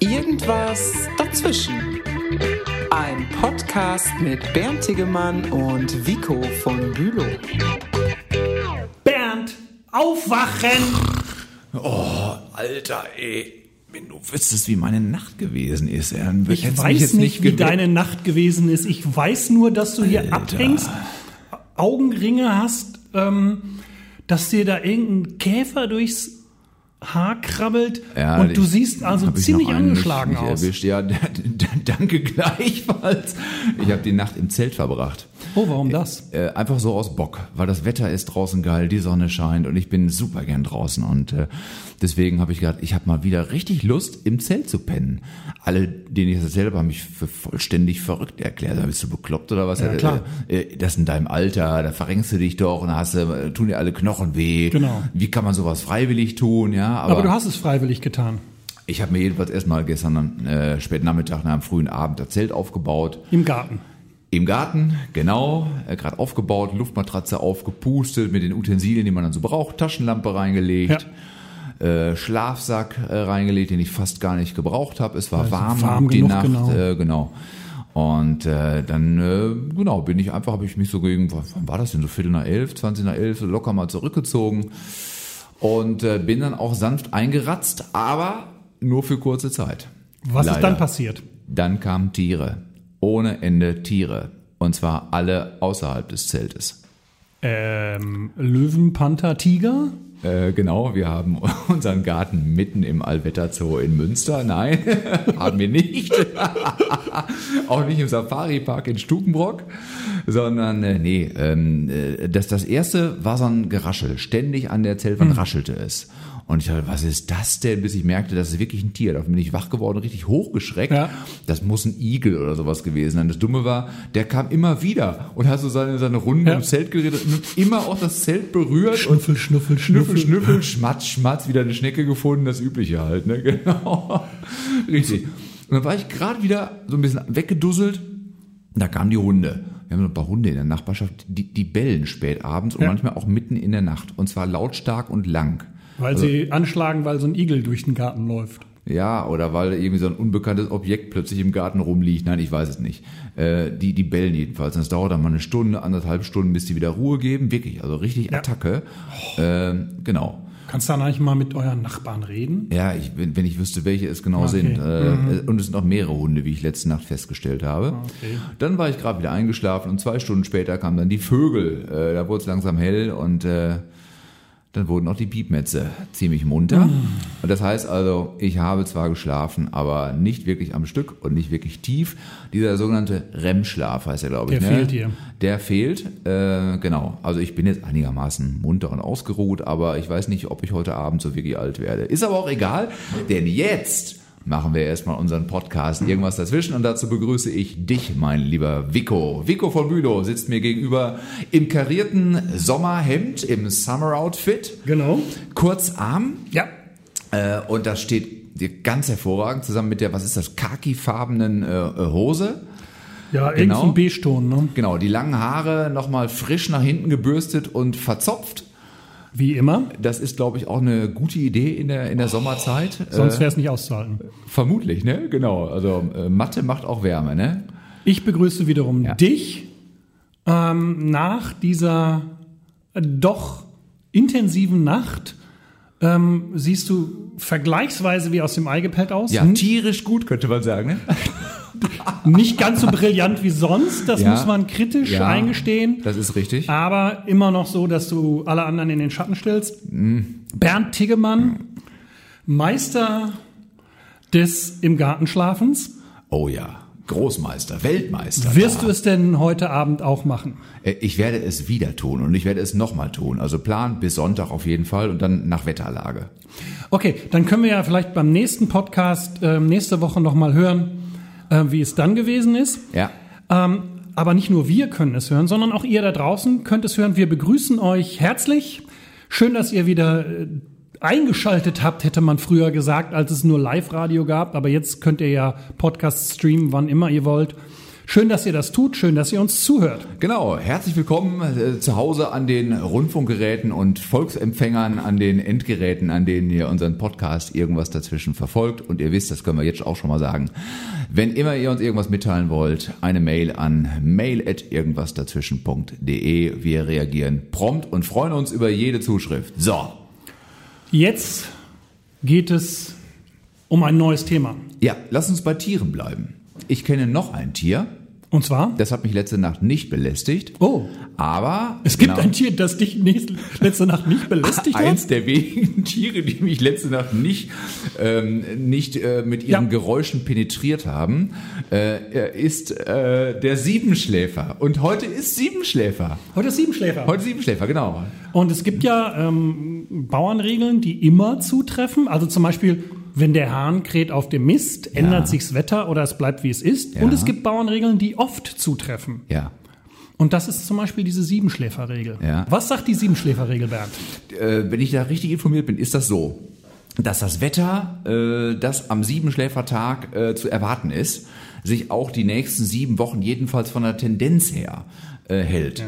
Irgendwas dazwischen. Ein Podcast mit Bernd Tigemann und Vico von Bülow. Bernd, aufwachen! Oh, Alter, ey. Wenn du wüsstest, wie meine Nacht gewesen ist, ey, dann Ich weiß nicht, wie deine Nacht gewesen ist. Ich weiß nur, dass du hier Alter. abhängst, Augenringe hast, ähm, dass dir da irgendein Käfer durchs Haar krabbelt und du siehst also ziemlich angeschlagen aus. Erwischt. Ja, d- d- danke gleichfalls. Ich habe die Nacht im Zelt verbracht. Oh, warum das? Äh, einfach so aus Bock, weil das Wetter ist draußen geil, die Sonne scheint und ich bin super gern draußen und äh, deswegen habe ich gedacht, ich habe mal wieder richtig Lust im Zelt zu pennen. Alle, denen ich das erzählt habe, haben mich für vollständig verrückt erklärt. Da bist du bekloppt oder was? Ja, klar. Äh, äh, das in deinem Alter, da verrenkst du dich doch und da hast du, äh, tun dir alle Knochen weh. Genau. Wie kann man sowas freiwillig tun? Ja, aber, Aber du hast es freiwillig getan. ich habe mir jedenfalls erstmal gestern äh, spät Nachmittag nach einem frühen Abend das Zelt aufgebaut. Im Garten. Im Garten, genau, äh, gerade aufgebaut, Luftmatratze aufgepustet mit den Utensilien, die man dann so braucht, Taschenlampe reingelegt, äh, Schlafsack äh, reingelegt, den ich fast gar nicht gebraucht habe. Es war warm, Also warm die genug, Nacht, genau. Äh, genau. Und äh, dann, äh, genau, bin ich einfach, habe ich mich so gegen, wann war das denn, so Viertel nach elf, 20 nach elf, so locker mal zurückgezogen und äh, bin dann auch sanft eingeratzt, aber nur für kurze Zeit. Was ist Leider. dann passiert? Dann kamen Tiere. Ohne Ende Tiere. Und zwar alle außerhalb des Zeltes. Ähm, Löwen, Panther, Tiger? Äh, genau, wir haben unseren Garten mitten im Allwetterzoo in Münster. Nein, haben wir nicht. Auch nicht im Safari-Park in Stukenbrock. Sondern, äh, nee, ähm, äh, das, das erste war so ein Geraschel. Ständig an der Zeltwand Hm. raschelte es. Und ich dachte, was ist das denn? Bis ich merkte, das ist wirklich ein Tier. Da bin ich wach geworden, richtig hochgeschreckt. Ja. Das muss ein Igel oder sowas gewesen sein. Das Dumme war, der kam immer wieder und hat so seine, seine Runden Ja. im Zelt geredet und immer auch das Zelt berührt und Schnüffel, Schnüffel, Schnüffel, Schnüffel, Schmatz, Schmatz, wieder eine Schnecke gefunden, das Übliche halt, ne? Genau. Richtig. Und dann war ich gerade wieder so ein bisschen weggedusselt und da kamen die Hunde. Wir haben so ein paar Hunde in der Nachbarschaft, die, die bellen spät abends und Ja. manchmal auch mitten in der Nacht. Und zwar lautstark und lang. Weil Also sie anschlagen, weil so ein Igel durch den Garten läuft. Ja, oder weil irgendwie so ein unbekanntes Objekt plötzlich im Garten rumliegt. Nein, ich weiß es nicht. Äh, die, die bellen jedenfalls. Und es dauert dann mal eine Stunde, anderthalb Stunden, bis die wieder Ruhe geben. Wirklich, also Ja. richtig Oh. Attacke. Ähm, genau. Kannst du dann eigentlich mal mit euren Nachbarn reden? Ja, ich, wenn, wenn ich wüsste, welche es genau Okay. Mhm. sind. Äh, Und es sind noch mehrere Hunde, wie ich letzte Nacht festgestellt habe. Okay. Dann war ich gerade wieder eingeschlafen und zwei Stunden später kamen dann die Vögel. Äh, da wurde es langsam hell und äh, dann wurden auch die Piepmetze ziemlich munter. Mhm. Und das heißt also, ich habe zwar geschlafen, aber nicht wirklich am Stück und nicht wirklich tief. Dieser sogenannte REM-Schlaf heißt er, glaube ich. Der ne? fehlt dir. Der fehlt, äh, genau. Also ich bin jetzt einigermaßen munter und ausgeruht, aber ich weiß nicht, ob ich heute Abend so wirklich alt werde. Ist aber auch egal, denn jetzt machen wir erstmal unseren Podcast Irgendwas dazwischen und dazu begrüße ich dich, mein lieber Vico. Vico von Bülow sitzt mir gegenüber im karierten Sommerhemd, im Summer Outfit, Genau. kurzarm Ja. äh, und das steht dir ganz hervorragend zusammen mit der, was ist das, khaki-farbenen äh, äh, Hose. Ja, Genau. irgendein Beige-Ton, ne? Genau, die langen Haare nochmal frisch nach hinten gebürstet und verzopft. Wie immer. Das ist, glaube ich, auch eine gute Idee in der, in der Sommerzeit. Sonst wäre es nicht auszuhalten. äh, vermutlich, ne? Genau. Also äh, Matte macht auch Wärme, ne? Ich begrüße wiederum Ja. dich ähm, nach dieser äh, doch intensiven Nacht. Ähm, siehst du vergleichsweise wie aus dem Ei gepellt aus? Ja, N- tierisch gut, könnte man sagen, ne? Nicht ganz so brillant wie sonst, das Ja. muss man kritisch Ja. eingestehen. Das ist richtig. Aber immer noch so, dass du alle anderen in den Schatten stellst. Bernd Tiggemann, Meister des im Garten schlafens. Oh ja. Großmeister, Weltmeister. Wirst du es denn heute Abend auch machen? Äh, Ich werde es wieder tun und ich werde es nochmal tun. Also plan bis Sonntag auf jeden Fall und dann nach Wetterlage. Okay, dann können wir ja vielleicht beim nächsten Podcast ähm, nächste Woche nochmal hören, äh, wie es dann gewesen ist. Ja. Ähm, aber nicht nur wir können es hören, sondern auch ihr da draußen könnt es hören. Wir begrüßen euch herzlich. Schön, dass ihr wieder äh, eingeschaltet habt, hätte man früher gesagt, als es nur Live-Radio gab. Aber jetzt könnt ihr ja Podcasts streamen, wann immer ihr wollt. Schön, dass ihr das tut, schön, dass ihr uns zuhört. Genau, herzlich willkommen äh, zu Hause an den Rundfunkgeräten und Volksempfängern, an den Endgeräten, an denen ihr unseren Podcast irgendwas dazwischen verfolgt. Und ihr wisst, das können wir jetzt auch schon mal sagen. Wenn immer ihr uns irgendwas mitteilen wollt, eine Mail an mail@irgendwasdazwischen.de. Wir reagieren prompt und freuen uns über jede Zuschrift. So, Jetzt geht es um ein neues Thema. ja, lass uns bei Tieren bleiben. Ich kenne noch ein Tier, Und zwar, das hat mich letzte Nacht nicht belästigt. oh, Aber genau. es gibt ein Tier, das dich nächst, letzte Nacht nicht belästigt Eins hat. der wenigen Tiere, die mich letzte Nacht nicht, ähm, nicht äh, mit ihren Ja. Geräuschen penetriert haben, äh, äh, ist äh, der Siebenschläfer. Und heute ist Siebenschläfer. Heute ist Siebenschläfer. Heute Siebenschläfer, genau. Und es gibt ja ähm, Bauernregeln, die immer zutreffen. Also zum Beispiel, wenn der Hahn kräht auf dem Mist, ändert sich das Wetter oder es bleibt, wie es ist. Ja. Und es gibt Bauernregeln, die oft zutreffen. Ja. Und das ist zum Beispiel diese Siebenschläferregel. Ja. Was sagt die Siebenschläferregel, Bernd? äh, wenn ich da richtig informiert bin, ist das so, dass das Wetter, äh, das am Siebenschläfertag äh, zu erwarten ist, sich auch die nächsten sieben Wochen jedenfalls von der Tendenz her äh, hält.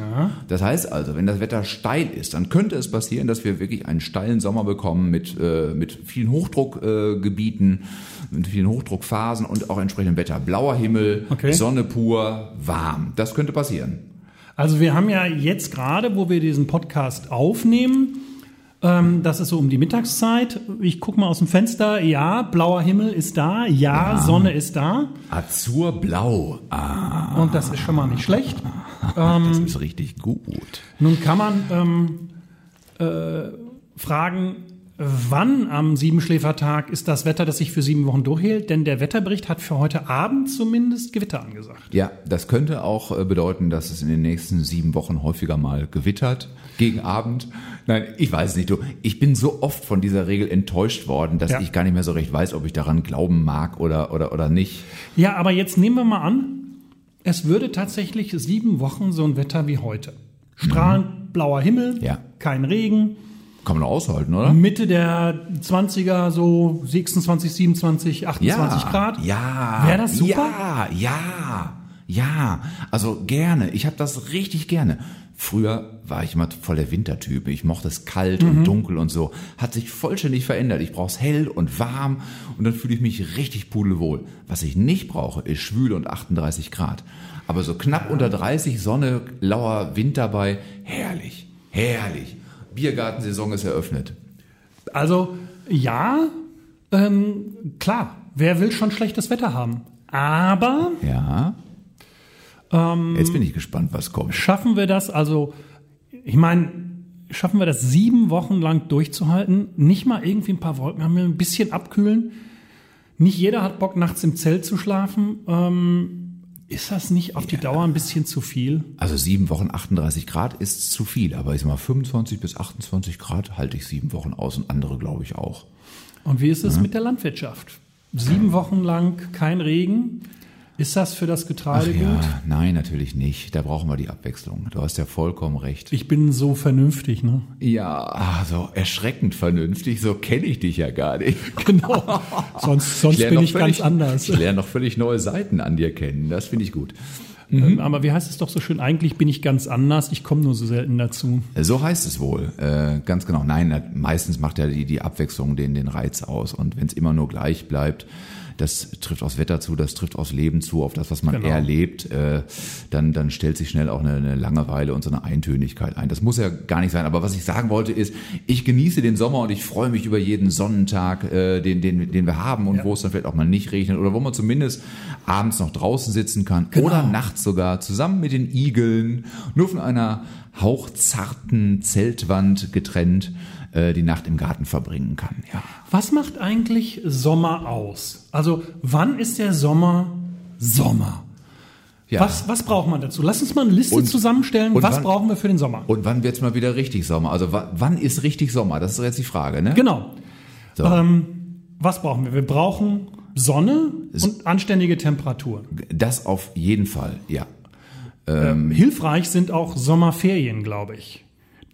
Das heißt also, wenn das Wetter steil ist, dann könnte es passieren, dass wir wirklich einen steilen Sommer bekommen mit, äh, mit vielen Hochdruckgebieten, äh, Gebieten, mit vielen Hochdruckphasen und auch entsprechendem Wetter. Blauer Himmel, Okay. Sonne pur, warm. Das könnte passieren. Also wir haben ja jetzt gerade, wo wir diesen Podcast aufnehmen, ähm, das ist so um die Mittagszeit. Ich gucke mal aus dem Fenster. Ja, blauer Himmel ist da. Ja, Sonne ist da. Azurblau, ah, Und das ist schon mal nicht schlecht. das ist richtig gut. Nun kann man ähm, äh, fragen, wann am Siebenschläfertag ist das Wetter, das sich für sieben Wochen durchhält? Denn der Wetterbericht hat für heute Abend zumindest Gewitter angesagt. Ja, das könnte auch äh, bedeuten, dass es in den nächsten sieben Wochen häufiger mal gewittert gegen Abend. Nein, ich weiß nicht. Du, ich bin so oft von dieser Regel enttäuscht worden, dass Ja. ich gar nicht mehr so recht weiß, ob ich daran glauben mag oder oder oder nicht. Ja, aber jetzt nehmen wir mal an, es würde tatsächlich sieben Wochen so ein Wetter wie heute. Strahlend blauer Himmel, Ja. kein Regen, Kann man doch aushalten, oder? Mitte der 20er so 26, 27, 28 Grad. Ja. Wär das super? Ja, ja, ja. Also gerne. Ich habe das richtig gerne. Früher war ich immer voll der Wintertyp. Ich mochte es kalt Mhm. und dunkel und so. Hat sich vollständig verändert. Ich brauche es hell und warm und dann fühle ich mich richtig pudelwohl. Was ich nicht brauche, ist schwül und 38 Grad. Aber so knapp unter 30 Sonne, lauer Wind dabei, herrlich, herrlich. Biergartensaison ist eröffnet. Also ja, ähm, klar, wer will schon schlechtes Wetter haben? Aber Ja. Ähm, Jetzt bin ich gespannt, was kommt. schaffen wir das, also ich meine, schaffen wir das sieben Wochen lang durchzuhalten? Nicht mal irgendwie ein paar Wolken haben wir ein bisschen abkühlen. Nicht jeder hat Bock, nachts im Zelt zu schlafen. Ähm, ist das nicht auf die Dauer ein bisschen zu viel? Also sieben Wochen 38 Grad ist zu viel, aber ich sag mal 25 bis 28 Grad halte ich sieben Wochen aus und andere glaube ich auch. Und wie ist es mit der Landwirtschaft? Sieben Wochen lang kein Regen. Ist das für das Getreide gut? Ja, nein, natürlich nicht. Da brauchen wir die Abwechslung. Du hast ja vollkommen recht. Ich bin so vernünftig, ne? Ja, ah, so erschreckend vernünftig, so kenne ich dich ja gar nicht. Genau. Sonst, sonst lerne bin noch ich ganz anders. Ich lerne noch völlig neue Seiten an dir kennen. Das finde ich gut. Ähm, Aber wie heißt es doch so schön? Eigentlich bin ich ganz anders. Ich komme nur so selten dazu. So heißt es wohl, äh, ganz genau. Nein, na, meistens macht ja die, die Abwechslung den, den Reiz aus. Und wenn es immer nur gleich bleibt, das trifft aufs Wetter zu, das trifft aufs Leben zu, auf das, was man Genau. erlebt, äh, dann, dann stellt sich schnell auch eine, eine Langeweile und so eine Eintönigkeit ein. Das muss ja gar nicht sein. Aber was ich sagen wollte ist, ich genieße den Sommer und ich freue mich über jeden Sonnentag, äh, den, den, den wir haben und Ja. wo es dann vielleicht auch mal nicht regnet oder wo man zumindest abends noch draußen sitzen kann Genau. oder nachts sogar zusammen mit den Igeln, nur von einer hauchzarten Zeltwand getrennt, äh, die Nacht im Garten verbringen kann. Ja. Was macht eigentlich Sommer aus? Also, wann ist der Sommer Sommer? ja. Was, was braucht man dazu? Lass uns mal eine Liste Und- zusammenstellen. und was wann- brauchen wir für den Sommer? Und wann wird's mal wieder richtig Sommer? Also wa- wann ist richtig Sommer? Das ist jetzt die Frage, ne? Genau. So. Ähm, was brauchen wir? Wir brauchen Sonne und anständige Temperaturen. Das auf jeden Fall, ja. Hilfreich sind auch Sommerferien, glaube ich.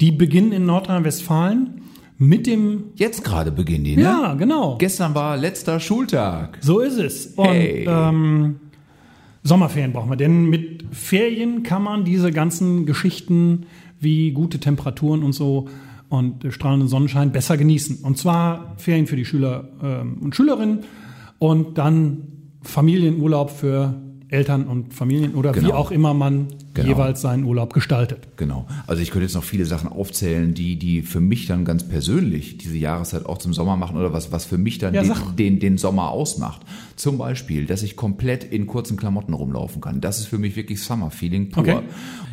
Die beginnen in Nordrhein-Westfalen mit dem. Jetzt gerade beginnen die, ne? Ja, genau. Gestern war letzter Schultag. äh, So ist es. Und Hey. ähm, Sommerferien brauchen wir, denn mit Ferien kann man diese ganzen Geschichten wie gute Temperaturen und so und äh, strahlenden Sonnenschein besser genießen. Und zwar Ferien für die Schüler ähm, und Schülerinnen und dann Familienurlaub für Eltern und Familien oder wie Genau. auch immer man Genau. jeweils seinen Urlaub gestaltet. Genau. Also ich könnte jetzt noch viele Sachen aufzählen, die, die für mich dann ganz persönlich diese Jahreszeit auch zum Sommer machen oder was, was für mich dann Ja, den, sag. den, den Sommer ausmacht. Zum Beispiel, dass ich komplett in kurzen Klamotten rumlaufen kann. Das ist für mich wirklich Summer-Feeling pur. Okay.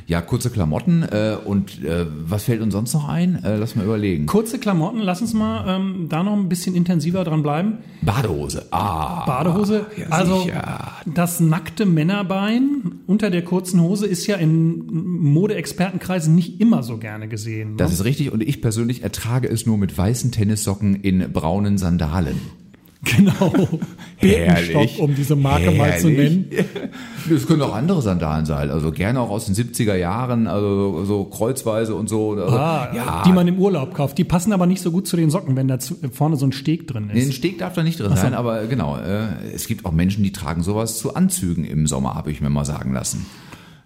Ja, kurze Klamotten äh, und äh, was fällt uns sonst noch ein? Äh, lass mal überlegen. Kurze Klamotten, lass uns mal ähm, da noch ein bisschen intensiver dran bleiben. Badehose. Ah. Badehose, ja, also sicher. das nackte Männerbein unter der kurzen Hose ist ja in Modeexpertenkreisen nicht immer so gerne gesehen. Ne? Das ist richtig und ich persönlich ertrage es nur mit weißen Tennissocken in braunen Sandalen. genau. Birkenstock, Herrlich. um diese Marke mal zu Herrlich. nennen. Es können auch andere Sandalen sein, also gerne auch aus den 70er Jahren, also so kreuzweise und so. Also, Ah, ja, Die man im Urlaub kauft. Die passen aber nicht so gut zu den Socken, wenn da zu, äh, vorne so ein Steg drin den ist. Steg darf da nicht drin sein, aber genau, äh, es gibt auch Menschen, die tragen sowas zu Anzügen im Sommer, habe ich mir mal sagen lassen.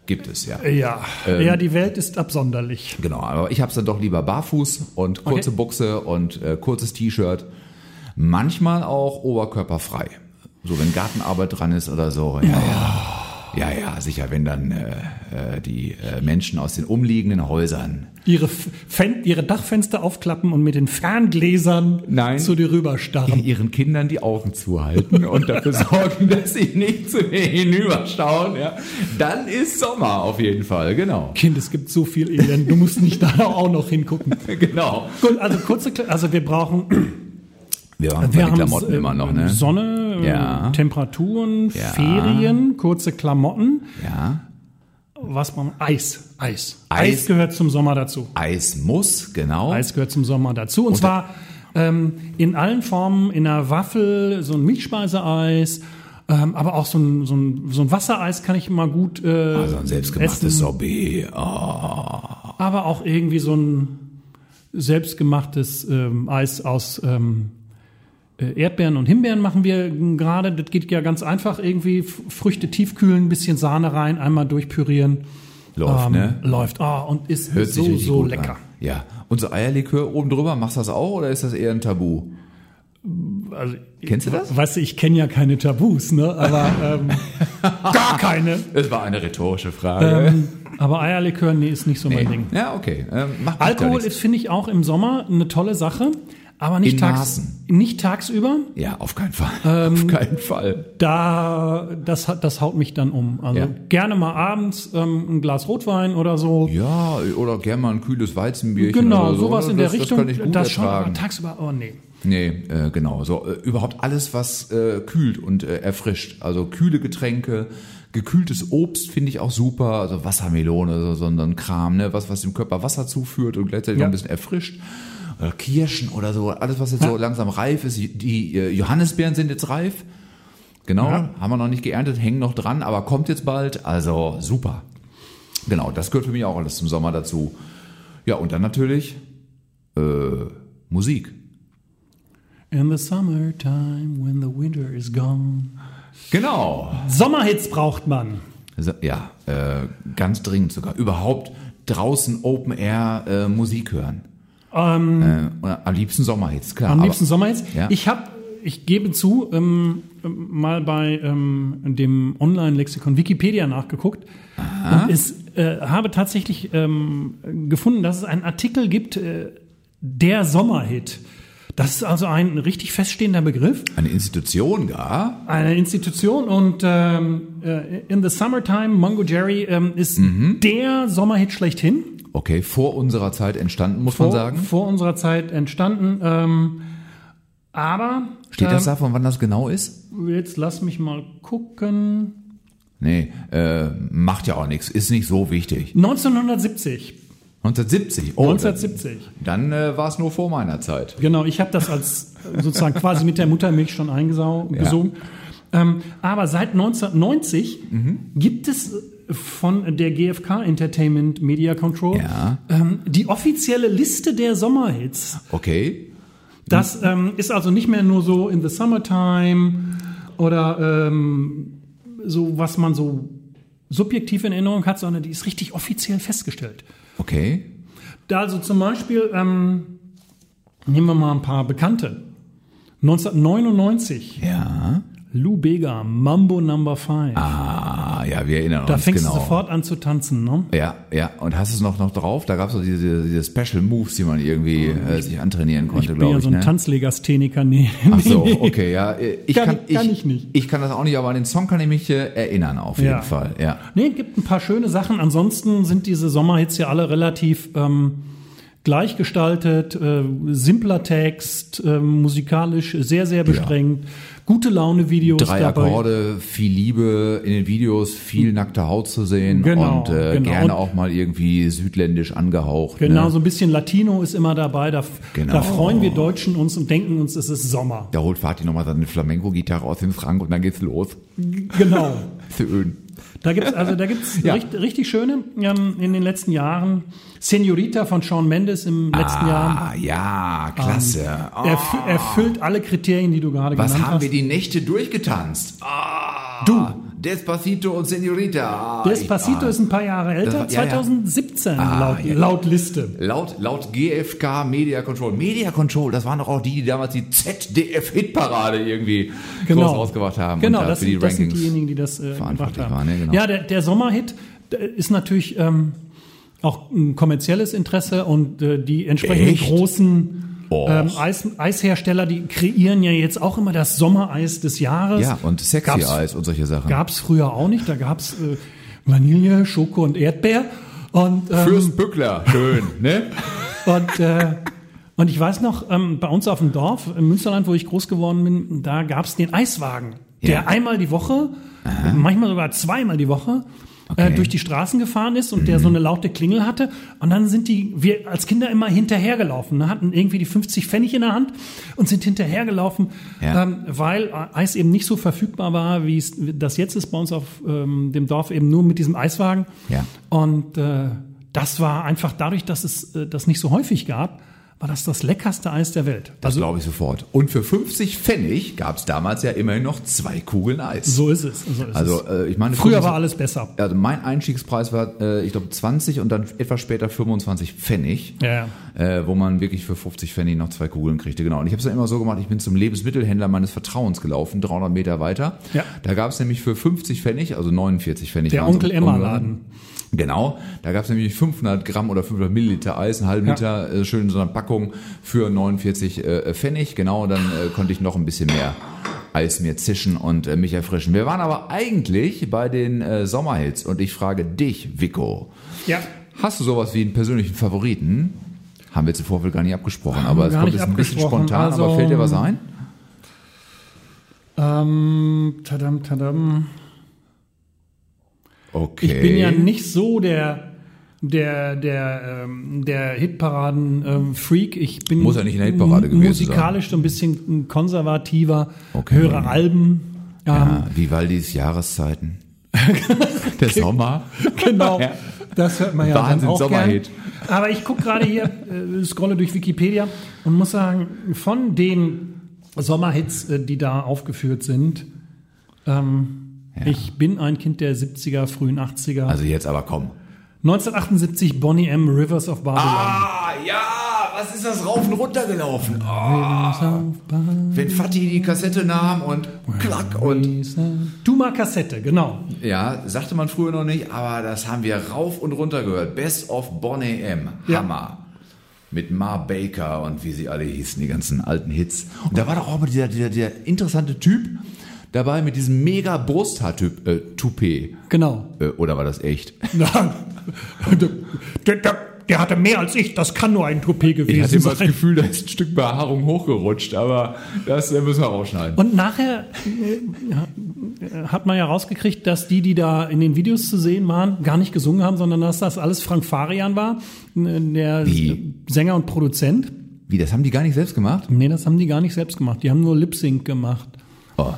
Gibt es, ja. Ja, Ähm. ja, die Welt ist absonderlich. Genau, aber ich habe es dann doch lieber barfuß und kurze Okay. Buchse und äh, kurzes T-Shirt. Manchmal auch oberkörperfrei. So, wenn Gartenarbeit dran ist oder so. Ja, ja. Ja, ja, sicher, wenn dann äh, äh, die äh, Menschen aus den umliegenden Häusern Ihre, F- Fen ihre Dachfenster aufklappen und mit den Ferngläsern Nein. zu dir rüberstarren. ihren Kindern die Augen zuhalten und dafür sorgen, dass sie nicht zu mir hinüberschauen, ja, dann ist Sommer auf jeden Fall, genau. Kind, es gibt so viel Elend, du musst nicht da auch noch hingucken. Genau. Gut, also kurze, Kle- also wir brauchen, Wir machen wir die haben Klamotten äh, immer noch, ne? Sonne, äh, Ja. Temperaturen, Ferien, kurze Klamotten. Ja. Was brauchen wir? Eis, Eis. Eis. Eis. gehört zum Sommer dazu. Eis muss, genau. Eis gehört zum Sommer dazu. Und, zwar ähm, in allen Formen, in einer Waffel, so ein Milchspeiseeis, ähm, aber auch so ein, so, ein, so ein Wassereis kann ich immer gut äh, Also ein selbstgemachtes essen. Sorbet. Oh, Aber auch irgendwie so ein selbstgemachtes ähm, Eis aus ähm, äh, Erdbeeren und Himbeeren machen wir ähm, gerade. Das geht ja ganz einfach irgendwie. F- Früchte tiefkühlen, ein bisschen Sahne rein, einmal durchpürieren. läuft, Ähm, ne? Läuft. Ah, und ist Hört sich so, richtig so gut lecker. An. Ja. Und so Eierlikör oben drüber, machst du das auch oder ist das eher ein Tabu? Also, Kennst du das? Weißt du, ich kenne ja keine Tabus, ne? aber ähm, gar keine. Ähm, Es war eine rhetorische Frage. Aber Eierlikör, nee, ist nicht so mein Ding. ja, okay. Ähm, macht Alkohol nichts. ist, finde ich, auch im Sommer eine tolle Sache, aber nicht, In tags, Maßen. nicht tagsüber. Ja, auf keinen Fall. Ähm, auf keinen Fall. Da, das, hat- das haut mich dann um. Also Ja. gerne mal abends ähm, ein Glas Rotwein oder so. Ja, oder gerne mal ein kühles Weizenbierchen. genau, oder so. ne? sowas in der das, Richtung. Das kann ich gut schon, aber ertragen. tagsüber, oh nee. Nee, äh, genau. So, äh, überhaupt alles, was äh, kühlt und äh, erfrischt. Also kühle Getränke, gekühltes Obst finde ich auch super. Also Wassermelone, so, so ein Kram, ne? Was, was dem Körper Wasser zuführt und gleichzeitig Ja. noch ein bisschen erfrischt. Oder Kirschen oder so. Alles, was jetzt so langsam reif ist. Die äh, Johannisbeeren sind jetzt reif. Genau, haben wir noch nicht geerntet, hängen noch dran, aber kommt jetzt bald. Also super. Genau, das gehört für mich auch alles zum Sommer dazu. Ja, und dann natürlich äh, Musik. In the summertime, when the winter is gone. Genau. Sommerhits braucht man. So, Ja, äh, ganz dringend sogar. Überhaupt draußen Open Air äh, Musik hören. Ähm, Äh, oder am liebsten Sommerhits, klar. Mhm. Am aber- liebsten Sommerhits. Ja. Ich habe, ich gebe zu, ähm, ähm, mal bei ähm, dem Online-Lexikon Wikipedia nachgeguckt und es, äh, habe tatsächlich ähm, gefunden, dass es einen Artikel gibt, äh, der Sommerhit. Das ist also ein richtig feststehender Begriff, Eine Institution gar. eine Institution und ähm, äh, in the summertime Mongo Jerry ähm, ist Mhm. der Sommerhit schlechthin Okay, vor unserer Zeit entstanden, muss man vor, sagen. vor unserer Zeit entstanden. Ähm, aber Steht das ähm, da, von wann das genau ist? jetzt lass mich mal gucken. Nee, äh, macht ja auch nichts. Ist nicht so wichtig. 1970. 1970. Oh, 1970. Dann äh, war es nur vor meiner Zeit. Genau, ich habe das als äh, sozusagen quasi mit der Muttermilch schon eingesungen. Ähm, aber seit 1990 gibt es von der GfK Entertainment Media Control Ja. ähm, die offizielle Liste der Sommerhits. Okay. Das ähm, ist also nicht mehr nur so in the summertime oder ähm, so, was man so subjektiv in Erinnerung hat, sondern die ist richtig offiziell festgestellt. Okay. Da also zum Beispiel, ähm, nehmen wir mal ein paar Bekannte. 1999, Ja. Lou Bega, Mambo Number 5. Ah, ja, wir erinnern da uns fängst genau. du sofort an zu tanzen, ne? Ja, ja. Und hast du es noch, noch drauf? Da gab es so diese, diese Special Moves, die man irgendwie äh, sich antrainieren konnte, Oh, Ich bin glaube ja ich. so ein ne? Tanzlegastheniker, nee. Ach so, okay, ja. Äh, Ich Kann- kann, ich, kann ich nicht. Ich kann das auch nicht, aber an den Song kann ich mich äh, erinnern, auf jeden Ja. Fall. Ja. Nee, gibt ein paar schöne Sachen. Ansonsten sind diese Sommerhits ja alle relativ ähm, gleichgestaltet, äh, simpler Text, äh, musikalisch sehr, sehr bestrengt, gute Laune-Videos Drei Akkorde, viel Liebe in den Videos, viel nackte Haut zu sehen Mhm. Genau, und äh, genau. gerne Und- auch mal irgendwie südländisch angehaucht. Genau, Ne? so ein bisschen Latino ist immer dabei. Da, f- Genau. da freuen wir Deutschen uns und denken uns, es ist Sommer. Da holt Fatih nochmal seine Flamenco-Gitarre aus dem Schrank und dann geht's los. Genau. Schön. Da gibt's also da gibt's Ja. richt, richtig schöne ähm, in den letzten Jahren. Senorita von Sean Mendes im letzten Jahr. Ah, ja, klasse. Ah, Erf, erfüllt alle Kriterien, die du gerade was genannt haben hast. wir die Nächte durchgetanzt? Ah, Du. Despacito und Senorita. Ah, Despacito ich- ah. ist ein paar Jahre älter, Das war- ja, ja. 2017 laut, ja, ja. laut Liste. Laut, laut GFK Media Control. Media Control, das waren doch auch die, die damals die ZDF-Hitparade irgendwie groß rausgebracht haben. Genau, und da das, für die sind, das sind Rankings. diejenigen, die das äh, gebracht verantwortlich haben. waren, ne? Genau. Ja, der, der Sommerhit der ist natürlich ähm, auch ein kommerzielles Interesse und äh, die entsprechenden Echt? großen Och. ähm, Eis, Eishersteller, die kreieren ja jetzt auch immer das Sommereis des Jahres. ja, und Sexy Gab's- Eis und solche Sachen. Gab's früher auch nicht. Da gab's äh, Vanille, Schoko und Erdbeer. Und, ähm, Fürst Bückler, schön, ne? und, äh, und ich weiß noch, ähm, bei uns auf dem Dorf im Münsterland, wo ich groß geworden bin, da gab es den Eiswagen, Ja. der einmal die Woche, manchmal sogar zweimal die Woche, Okay. Mhm. äh, durch die Straßen gefahren ist und der so eine laute Klingel hatte. Und dann sind die, wir als Kinder immer hinterhergelaufen, ne, hatten irgendwie die 50 Pfennig in der Hand und sind hinterhergelaufen, Ja. ähm, weil Eis eben nicht so verfügbar war, wie es das jetzt ist bei uns auf ähm, dem Dorf, eben nur mit diesem Eiswagen. Ja. Und äh, das war einfach dadurch, dass es äh, das nicht so häufig gab, war das das leckerste Eis der Welt. Das glaube ich sofort. Und für 50 Pfennig gab's damals ja immerhin noch zwei Kugeln Eis. So ist es. So ist Also, es. äh, ich meine, Früher Kugeln- war alles besser. Also mein Einstiegspreis war, äh, ich glaube, 20 und dann etwas später 25 Pfennig. Ja, Äh, wo man wirklich für 50 Pfennig noch zwei Kugeln kriegte. Genau. Und ich habe es dann immer so gemacht, ich bin zum Lebensmittelhändler meines Vertrauens gelaufen, 300 Meter weiter. Ja. Da gab es nämlich für 50 Pfennig, also 49 Pfennig. Der waren's Onkel um- Emma um- Laden. Genau, da gab es nämlich 500 Gramm oder 500 Milliliter Eis, einen halben Ja. Liter, äh, schön in so einer Packung für 49 äh, Pfennig. Genau, dann äh, konnte ich noch ein bisschen mehr Eis mir zischen und äh, mich erfrischen. Wir waren aber eigentlich bei den äh, Sommerhits und ich frage dich, Vico, ja. Hast du sowas wie einen persönlichen Favoriten? Haben wir jetzt im Vorfeld gar nicht abgesprochen, aber es gar kommt nicht jetzt ein bisschen abgesprochen. spontan, aber Also, fällt dir was ein? Ähm, tadam, tadam. Okay. Ich bin ja nicht so der der der ähm, der Hitparaden ähm, Freak. Ich bin Muss ja nicht in der Hitparade mu- gewesen musikalisch so ein bisschen konservativer. Okay. Höre Alben. Ähm, Ah, Vivaldis Jahreszeiten. Der Sommer. Genau. Ja. Das hört man ja Wahnsinn, dann auch gern. Sommerhit. Aber ich gucke gerade hier, äh, scrolle durch Wikipedia und muss sagen, von den Sommerhits, äh, die da aufgeführt sind, ähm, ich bin ein Kind der 70er, frühen 80er. Also jetzt aber komm. 1978 Bonnie M. Rivers of Babylon. Ah, ja, was ist das rauf und runter gelaufen? Ah, wenn Fatih die Kassette nahm und klack und... Duma Kassette, genau. Ja, sagte man früher noch nicht, aber das haben wir rauf und runter gehört. Best of Bon AM. Ja. Hammer. Mit Mar Baker und wie sie alle hießen, die ganzen alten Hits. Und da war doch auch mal dieser, dieser, dieser interessante Typ dabei mit diesem mega Brusthaar-Typ, äh, Toupet. Genau. Äh, oder war das echt? der, der, der hatte mehr als ich, das kann nur ein Toupet Ich hatte gewesen immer das sein. Gefühl, da ist ein Stück Behaarung hochgerutscht, aber das äh, müssen wir rausschneiden. Und nachher äh, hat man ja rausgekriegt, dass die, die da in den Videos zu sehen waren, gar nicht gesungen haben, sondern dass das alles Frank Farian war, n- der Wie? Sänger und Produzent. Wie, das haben die gar nicht selbst gemacht? Nee, das haben die gar nicht selbst gemacht. Die haben nur Lip Sync gemacht. Oh.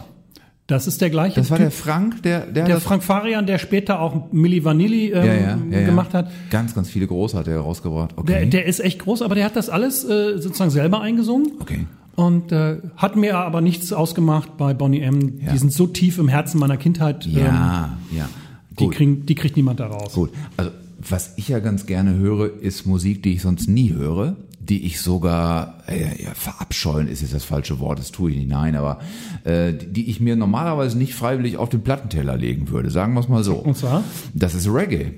Das ist der gleiche Das war Typ. der Frank, der, der, Der das Frank Farian, der später auch Milli Vanilli ähm, ja, ja, ja, ja. gemacht hat. Ganz, ganz viele Große hat er rausgebracht. Okay. Der, der ist echt groß, aber der hat das alles äh, sozusagen selber eingesungen. okay. Und äh, hat mir aber nichts ausgemacht bei Bonnie M. Ja. Die sind so tief im Herzen meiner Kindheit. Ja, ja. Ähm, die, kriegen, die kriegt niemand da raus. Gut, also was ich ja ganz gerne höre, ist Musik, die ich sonst nie höre, die ich sogar äh, ja, verabscheuen ist jetzt das falsche Wort, das tue ich nicht, nein, aber äh, die- die ich mir normalerweise nicht freiwillig auf den Plattenteller legen würde, sagen wir es mal so. Und zwar? Das ist Reggae.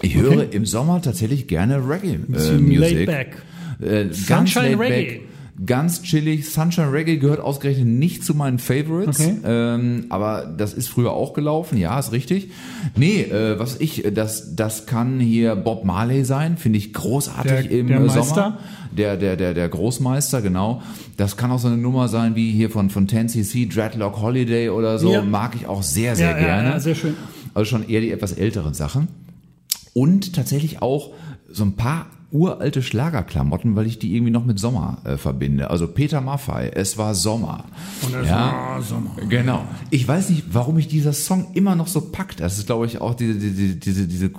Ich höre im Sommer tatsächlich gerne Reggae. Äh, Bisschen laid Music. back. Äh, ganz Sunshine laid Reggae. back, ganz chillig. Sunshine Reggae gehört ausgerechnet nicht zu meinen Favorites, Okay. ähm, aber das ist früher auch gelaufen, ja, ist richtig. Nee, äh, was ich, äh, das, das kann hier Bob Marley sein, finde ich großartig Der- im der äh, Meister? Sommer. Der, der, der, der Großmeister, genau. Das kann auch so eine Nummer sein wie hier von, von 10cc, Dreadlock Holiday oder so. Ja. Mag ich auch sehr, sehr ja, gerne. Ja, ja, sehr schön. Also schon eher die etwas älteren Sachen. Und tatsächlich auch so ein paar uralte Schlagerklamotten, weil ich die irgendwie noch mit Sommer äh, verbinde. Also Peter Maffei, es war Sommer. Und das Ja. war Sommer. Genau. Ich weiß nicht, warum mich dieser Song immer noch so packt. Das ist, glaube ich, auch diese, diese, diese, diese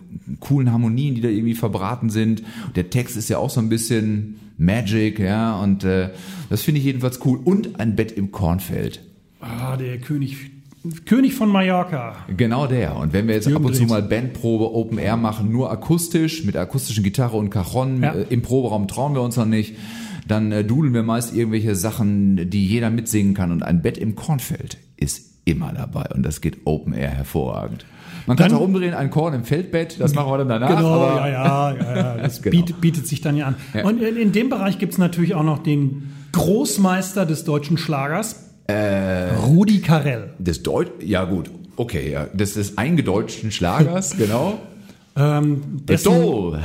coolen Harmonien, die da irgendwie verbraten sind. Der Text ist ja auch so ein bisschen Magic, ja. Und äh, das finde ich jedenfalls cool. Und ein Bett im Kornfeld. Ah, der König, König von Mallorca. Genau der. Und wenn wir jetzt Jürgen ab und zu Drews. mal Bandprobe Open Air machen, nur akustisch, mit akustischen Gitarre und Cajon, Ja. äh, im Proberaum trauen wir uns noch nicht, dann äh, dudeln wir meist irgendwelche Sachen, die jeder mitsingen kann. Und ein Bett im Kornfeld ist immer dabei. Und das geht Open Air hervorragend. Man kann Dann- auch umdrehen, ein Korn im Feldbett, das machen wir dann danach. Genau, ja, aber ja, ja, ja. Das Genau. bietet, bietet sich dann ja an. Ja. Und in, in dem Bereich gibt's natürlich auch noch den Großmeister des deutschen Schlagers, Äh. Rudi Carell. Des Deut ja gut, okay, ja. Des, des eingedeutschten Schlagers, genau. Ähm, dessen, Doll.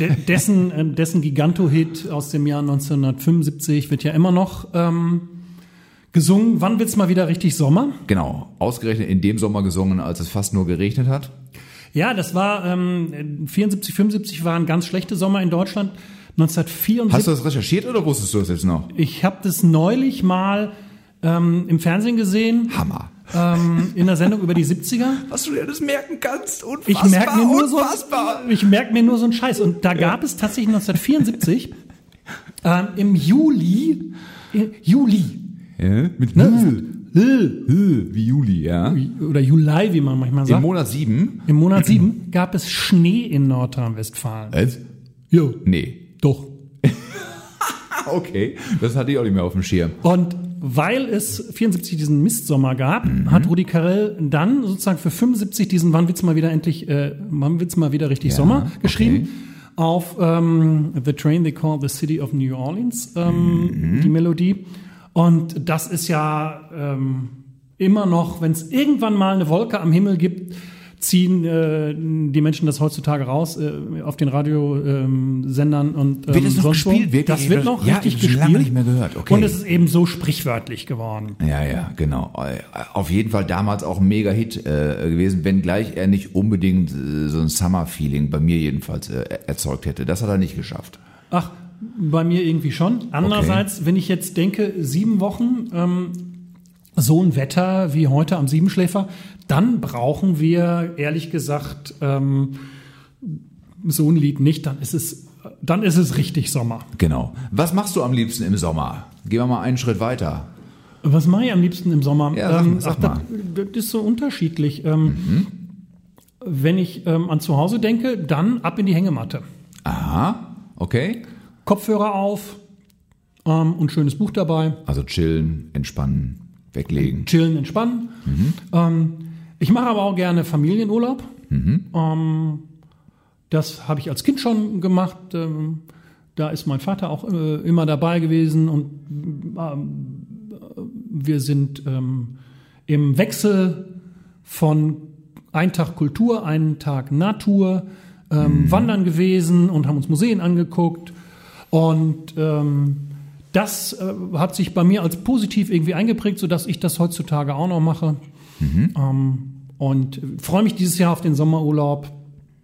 de, dessen, ähm, dessen Giganto-Hit aus dem Jahr 1975 wird ja immer noch ähm, gesungen. Wann wird's mal wieder richtig Sommer? Genau, ausgerechnet in dem Sommer gesungen, als es fast nur geregnet hat. Ja, das war ähm, 74, 75 waren ganz schlechte Sommer in Deutschland. 1974 Hast du das recherchiert oder wusstest du das jetzt noch? Ich habe das neulich mal ähm, im Fernsehen gesehen, Hammer. ähm, in der Sendung über die 70er. Was du dir das merken kannst, unfassbar, Ich merke mir, nur so, ich merk mir nur so einen Scheiß. Und da gab es tatsächlich 1974 ähm, im Juli, äh, Juli ja, mit ne? wie Juli, ja. oder Juli, wie man manchmal Im sagt, Monat 7. im Monat 7 gab es Schnee in Nordrhein-Westfalen. Was? Jo, Nee. Ah, doch. Okay, das hatte ich auch nicht mehr auf dem Schirm. Und weil es 74 diesen Mistsommer gab, Mhm. hat Rudi Carell dann sozusagen für 75 diesen Wann wird's mal wieder endlich, äh, Wann wird's mal wieder richtig Sommer geschrieben. Auf ähm, The Train They Call the City of New Orleans, Mhm. ähm, die Melodie. Und das ist ja ähm, immer noch, wenn es irgendwann mal eine Wolke am Himmel gibt, ziehen äh, die Menschen das heutzutage raus äh, auf den Radiosendern und ähm, Wird das noch sonst wo. gespielt? Wirklich? Das wird noch Ja, richtig ich hab schon gespielt. lange nicht mehr gehört. Okay. Und es ist eben so sprichwörtlich geworden. Ja, ja, genau. Auf jeden Fall damals auch ein mega Hit äh, gewesen, wenngleich er nicht unbedingt äh, so ein Summer-Feeling bei mir jedenfalls äh, erzeugt hätte. Das hat er nicht geschafft. Ach, bei mir irgendwie schon. Andererseits, wenn ich jetzt denke, sieben Wochen, ähm, so ein Wetter wie heute am Siebenschläfer, dann brauchen wir ehrlich gesagt ähm, so ein Lied nicht. Dann ist es, dann ist es richtig Sommer. Genau. Was machst du am liebsten im Sommer? Gehen wir mal einen Schritt weiter. Was mache ich am liebsten im Sommer? Ähm, Ja, sag mal, sag ach, Das, das ist so unterschiedlich. Ähm, Wenn ich ähm, an zu Hause denke, dann ab in die Hängematte. Aha, okay. Kopfhörer auf ähm, und schönes Buch dabei. Also chillen, entspannen, weglegen. chillen, entspannen. Ähm, ich mache aber auch gerne Familienurlaub. Ähm, das habe ich als Kind schon gemacht. Ähm, da ist mein Vater auch äh, immer dabei gewesen und ähm, wir sind ähm, im Wechsel von einen Tag Kultur, einen Tag Natur, ähm, wandern gewesen und haben uns Museen angeguckt. Und ähm, das äh, hat sich bei mir als positiv irgendwie eingeprägt, sodass ich das heutzutage auch noch mache. Mhm. Ähm, und freue mich dieses Jahr auf den Sommerurlaub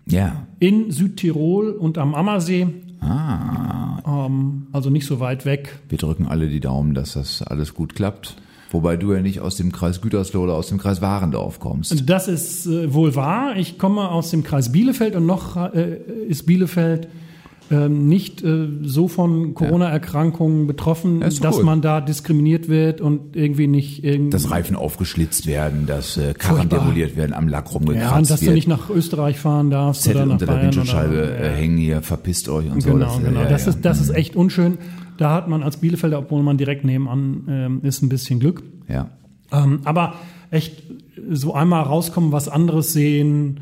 Ja. in Südtirol und am Ammersee. Ah. Ähm, also nicht so weit weg. Wir drücken alle die Daumen, dass das alles gut klappt. Wobei du ja nicht aus dem Kreis Gütersloh oder aus dem Kreis Warendorf kommst. Das ist äh, wohl wahr. Ich komme aus dem Kreis Bielefeld und noch äh, ist Bielefeld ähm, nicht äh, so von Corona-Erkrankungen betroffen, Das ist dass cool. man da diskriminiert wird und irgendwie nicht irgendwie Dass Reifen aufgeschlitzt werden, dass äh, Karren Furchtbar. demoliert werden, am ja, Lack und rumgekratzt dass wird. du nicht nach Österreich fahren darfst Zettel oder nach unter der Bayern Windschutzscheibe oder, äh, hängen hier, verpisst euch und so. Genau, äh, genau. ja, Das, ja. ist, das ist echt unschön. Da hat man als Bielefelder, obwohl man direkt nebenan ähm, ist, ein bisschen Glück. ja. Ähm, aber echt so einmal rauskommen, was anderes sehen.